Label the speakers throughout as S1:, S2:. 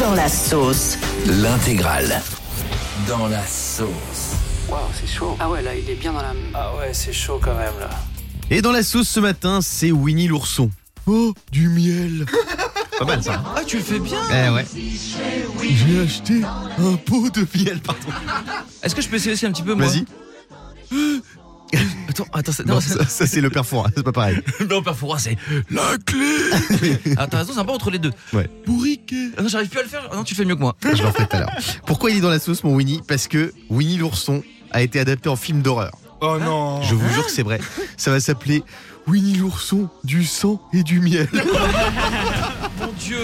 S1: Dans la sauce.
S2: L'intégrale. Dans la sauce.
S3: Waouh, c'est chaud.
S4: Ah ouais, là, il est bien dans la.
S3: Ah ouais, c'est chaud quand même là.
S5: Et dans la sauce ce matin, c'est Winnie l'ourson. Oh, du miel Pas mal ça.
S3: Ah, tu le fais bien
S5: Eh ouais. J'ai acheté un pot de miel, pardon.
S3: Est-ce que je peux essayer aussi un petit peu moi
S5: Vas-y.
S3: Attends, attends, ça-
S5: Non,
S3: non,
S5: ça, ça, c'est le perforat, c'est pas pareil.
S3: ça- non, père Fouras, c'est la clé Attends, attends, c'est un peu entre les deux.
S5: Ouais.
S3: Bourriquet Ah non, j'arrive plus à le faire. Ah non, tu le fais mieux que moi.
S5: Je l'en ferai tout à l'heure. Pourquoi il est dans la sauce, mon Winnie Parce que Winnie l'ourson a été adapté en film d'horreur.
S6: Oh
S3: Hein
S6: non
S5: Je vous jure que c'est vrai. Ça va s'appeler Winnie l'ourson, du sang et du miel.
S3: Mon dieu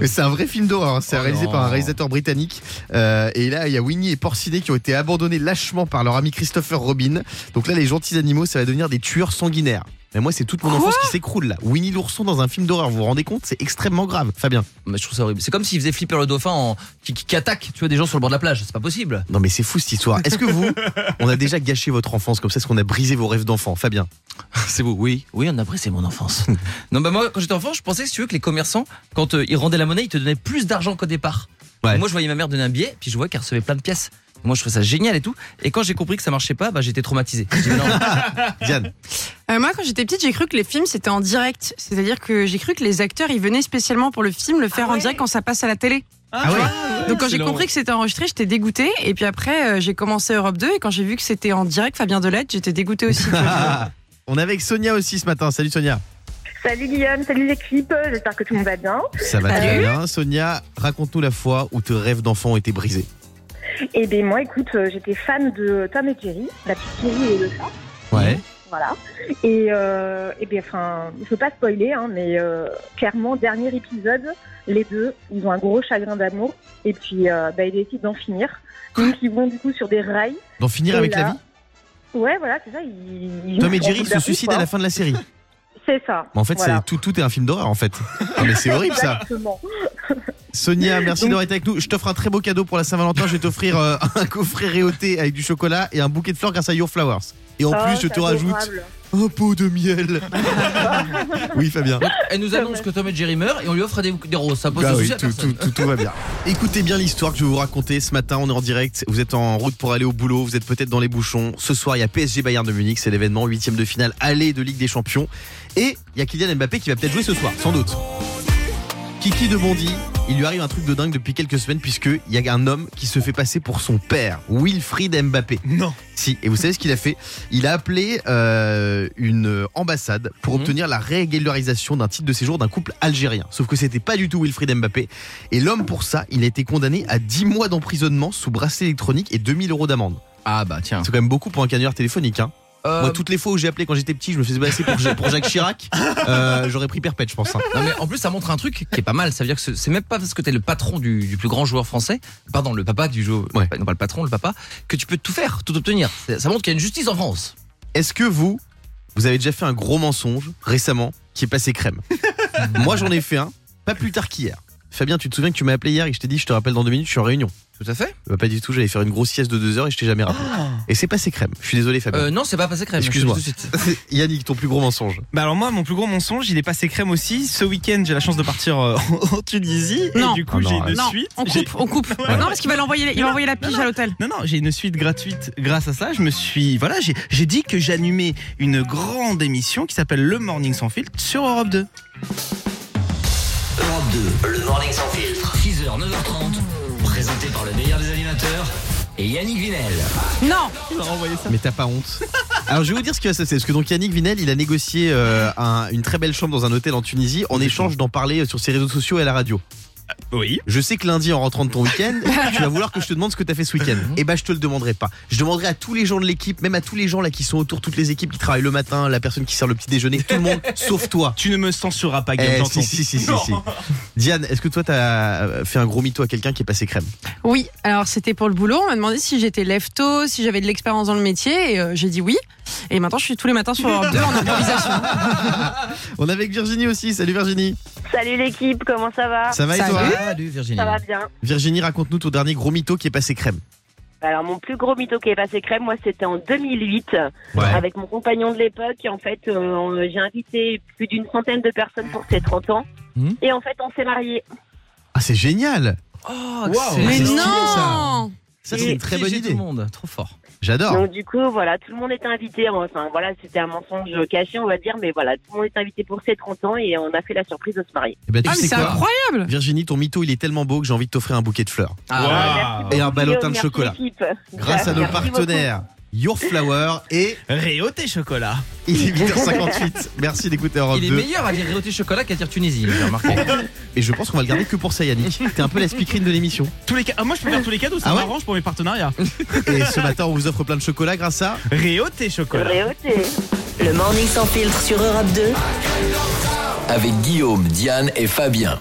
S5: Mais c'est un vrai film d'horreur. hein. C'est
S3: Oh
S5: réalisé
S3: non.
S5: par un réalisateur britannique. Euh, et là, il y a Winnie et Porcinet qui ont été abandonnés lâchement par leur ami Christopher Robin. Donc là, les gentils animaux, ça va devenir des tueurs sanguinaires. Mais moi, c'est toute mon enfance qui s'écroule là. Winnie l'ourson dans un film d'horreur, vous vous rendez compte C'est extrêmement grave, Fabien.
S3: Mais je trouve ça horrible. C'est comme s'il faisait flipper le dauphin en... qui, qui- qui attaque, tu vois, des gens sur le bord de la plage. C'est pas possible.
S5: Non, mais c'est fou cette histoire. Est-ce que vous, on a déjà gâché votre enfance comme ça Est-ce qu'on a brisé vos rêves d'enfant, Fabien
S3: C'est beau, oui. Oui, on a apprécié mon enfance. non, bah moi, quand j'étais enfant, je pensais, si tu veux, que les commerçants, quand euh, ils rendaient la monnaie, ils te donnaient plus d'argent qu'au départ.
S5: Ouais.
S3: Donc Moi, je voyais ma mère donner un billet, puis je vois qu'elle recevait plein de pièces. Moi, je trouvais ça génial et tout. Et quand j'ai compris que ça marchait pas, bah, j'étais traumatisé. J'ai dit, mais non.
S5: Diane
S4: Euh, moi, quand j'étais petite, j'ai cru que les films c'était en direct. C'est-à-dire que j'ai cru que les acteurs ils venaient spécialement pour le film le faire en direct quand ça passe à la télé.
S5: Ah ouais
S4: Donc quand j'ai compris que c'était enregistré, j'étais dégoûtée. Et puis après, euh, j'ai commencé Europe 2 et quand j'ai vu que c'était en direct, Fabien Delette, j'étais dégoûtée aussi.
S5: Ah. On est avec Sonia aussi ce matin. Salut Sonia.
S7: Salut Guillaume, salut l'équipe, j'espère que tout le monde va bien.
S5: Ça va très
S7: Salut.
S5: bien. Sonia, raconte-nous la fois où tes rêves d'enfant ont été brisés.
S7: Et bien moi écoute, euh, j'étais fan de Tom et Jerry, la petite souris et le chat,
S5: Ouais.
S7: voilà. Et, euh, et bien enfin, je veux pas spoiler, hein, mais euh, clairement, dernier épisode, les deux, ils ont un gros chagrin d'amour, et puis euh, bah, ils décident d'en finir. Donc ils vont du coup sur des rails.
S5: D'en finir
S7: Et
S5: avec la
S7: là,
S5: vie
S7: Ouais voilà, c'est ça. Ils, ils
S5: Tom et
S7: vivent
S5: Jerry
S7: en
S5: ils se
S7: bout
S5: suicident à
S7: quoi.
S5: la fin de la série.
S7: C'est ça.
S5: Mais en fait,
S7: Voilà.
S5: c'est tout, tout est un film d'horreur en fait. Non, mais c'est horrible ça.
S7: Exactement.
S5: Sonia, merci
S7: Donc-
S5: d'avoir été avec nous. Je t'offre un très beau cadeau pour la Saint-Valentin. Je vais t'offrir euh, un coffret réauté avec du chocolat et un bouquet de fleurs grâce à Your Flowers. Et en
S7: Oh,
S5: plus, je
S7: c'est
S5: te rajoute
S7: adorable.
S5: un pot de miel. oui, Fabien.
S3: Elle nous annonce que Tom et Jerry meurent et on lui offre des, des roses. Ça pose
S5: Bah
S3: un
S5: oui,
S3: souci à
S5: tout,
S3: personne.
S5: tout- tout- tout va bien. Écoutez bien l'histoire que je vais vous raconter ce matin. On est en direct. Vous êtes en route pour aller au boulot. Vous êtes peut-être dans les bouchons. Ce soir, il y a PSG Bayern de Munich. C'est l'événement huitième de finale aller de Ligue des Champions. Et il y a Kylian Mbappé qui va peut-être jouer ce soir, sans doute. Kiki de Bondy, il lui arrive un truc de dingue depuis quelques semaines puisqu'il y a un homme qui se fait passer pour son père, Wilfried Mbappé.
S6: Non
S5: Si, et vous savez ce qu'il a fait Il a appelé euh, une ambassade pour
S3: Mhm.
S5: obtenir la régularisation d'un titre de séjour d'un couple algérien. Sauf que c'était pas du tout Wilfried Mbappé. Et l'homme, pour ça, il a été condamné à 10 mois d'emprisonnement sous bracelet électronique et 2000 euros d'amende.
S3: Ah bah tiens.
S5: C'est quand même beaucoup pour un canular téléphonique. Hein.
S3: Euh,
S5: Moi, toutes les fois où j'ai appelé quand j'étais petit, je me faisais passer pour, Ja- pour Jacques Chirac. Euh, J'aurais pris perpète, je pense. hein.
S3: non, mais en plus, ça montre un truc qui est pas mal. Ça veut dire que ce- c'est même pas parce que t'es le patron du, du plus grand joueur français, pardon, le papa du joueur,
S5: Ouais.
S3: non pas le patron, le papa, que tu peux tout faire, tout obtenir. C'est- Ça montre qu'il y a une justice en France.
S5: Est-ce que vous, vous avez déjà fait un gros mensonge récemment qui est passé crème Moi, j'en ai fait un, pas plus tard qu'hier. Fabien, tu te souviens que tu m'as appelé hier et que je t'ai dit, je te rappelle dans deux minutes, je suis en réunion.
S3: Tout à fait. Ah.
S5: Bah, pas du tout, j'allais faire une grosse sieste de deux heures et je t'ai jamais rappelé. Et c'est passé crème. Je suis désolé, Fabien.
S3: Euh, non, c'est pas passé crème.
S5: Excuse-moi.
S3: je te dis tout de suite.
S5: Yannick, ton plus gros mensonge.
S6: Bah alors moi, mon plus gros mensonge, il est passé crème aussi. Ce week-end, j'ai la chance de partir euh, en Tunisie.
S4: Non.
S6: Et du coup,
S5: Ah non,
S6: j'ai une
S4: non,
S6: suite.
S4: on
S6: j'ai-
S4: coupe, on coupe.
S6: Ouais.
S4: Non, parce qu'il va l'envoyer, il va envoyer la pige à l'hôtel.
S6: Non, non, j'ai une suite gratuite grâce à ça. Je me suis... Voilà, j'ai- j'ai dit que j'animais une grande émission qui s'appelle Le Morning Sans Filtre sur Europe 2.
S2: Europe 2, le morning sans filtre. 6h, 9h30. Présenté par le meilleur des animateurs et Yannick Vinel.
S4: Non,
S5: Mais t'as pas honte. Alors, je vais vous dire ce qui va se passer. Parce que donc, Yannick Vinel, il a négocié euh, un- une très belle chambre dans un hôtel en Tunisie en échange d'en parler euh, sur ses réseaux sociaux et à la radio.
S6: Oui.
S5: Je sais que lundi, en rentrant de ton week-end, tu vas vouloir que je te demande ce que t'as fait ce week-end. Et bah, je te le demanderai pas. Je demanderai à tous les gens de l'équipe, même à tous les gens là qui sont autour, toutes les équipes qui travaillent le matin, la personne qui sert le petit déjeuner, tout le monde, sauf toi.
S6: Tu ne me censureras pas, Guillaume,
S5: Eh,
S6: j'entends.
S5: si, si, si, si, si. Diane, est-ce que toi, t'as euh, fait un gros mytho à quelqu'un qui est passé crème
S4: Oui, alors c'était pour le boulot. On m'a demandé si j'étais lève-tôt, si j'avais de l'expérience dans le métier. Et euh, j'ai dit oui. Et maintenant, je suis tous les matins sur Europe 2 en improvisation.
S5: On est avec Virginie aussi. Salut Virginie.
S7: Salut l'équipe, comment ça va
S5: Ça va et
S3: Ah, Salut,
S5: toi
S3: Virginie.
S7: Ça va bien.
S5: Virginie, raconte-nous ton dernier gros mytho qui est passé crème.
S7: Alors mon plus gros mytho qui est passé crème, moi c'était en 2008
S5: Ouais.
S7: avec mon compagnon de l'époque. En fait, euh, j'ai invité plus d'une centaine de personnes pour ses 30 ans.
S3: Hmm.
S7: Et en fait, on s'est mariés.
S5: Ah, c'est génial
S3: Oh,
S4: Mais
S5: c'est stylé,
S4: non Ah,
S5: Ça, c'est une très bonne
S3: Tout
S5: idée.
S3: le monde, trop fort.
S5: J'adore.
S7: Donc du coup, voilà, tout le monde était invité. Enfin, voilà, c'était un mensonge caché, on va dire, mais voilà, tout le monde était invité pour ses 30 ans et on a fait la surprise de se marier.
S5: Eh ben, tu
S4: Ah, mais
S5: sais
S4: c'est
S5: quoi
S4: incroyable
S5: Virginie, ton mytho, il est tellement beau que j'ai envie de t'offrir un bouquet de fleurs.
S6: Ah
S3: Ah,
S4: Ah
S6: Waouh.
S5: Et un ballotin
S7: Guillaume,
S5: de
S7: merci,
S5: chocolat.
S7: équipe.
S5: Grâce à nos
S7: Merci beaucoup.
S5: partenaires Your Flower et
S6: Réo tes chocolats.
S5: il est 8h58. Merci d'écouter Europe
S3: Il est
S5: 2.
S3: meilleur à dire Réauté Chocolat qu'à dire Tunisie, j'ai remarqué.
S5: Et je pense qu'on va le garder que pour ça, Yannick. T'es un peu la speakerine de l'émission.
S6: Tous les ca- ah, moi je peux faire tous les cadeaux, ça
S5: Ah ouais
S6: m'arrange pour mes partenariats.
S5: Et ce matin, on vous offre plein de chocolat grâce à.
S6: Réo tes chocolats.
S7: Réauté.
S1: Le morning sans filtre sur Europe 2.
S2: Avec Guillaume, Diane et Fabien.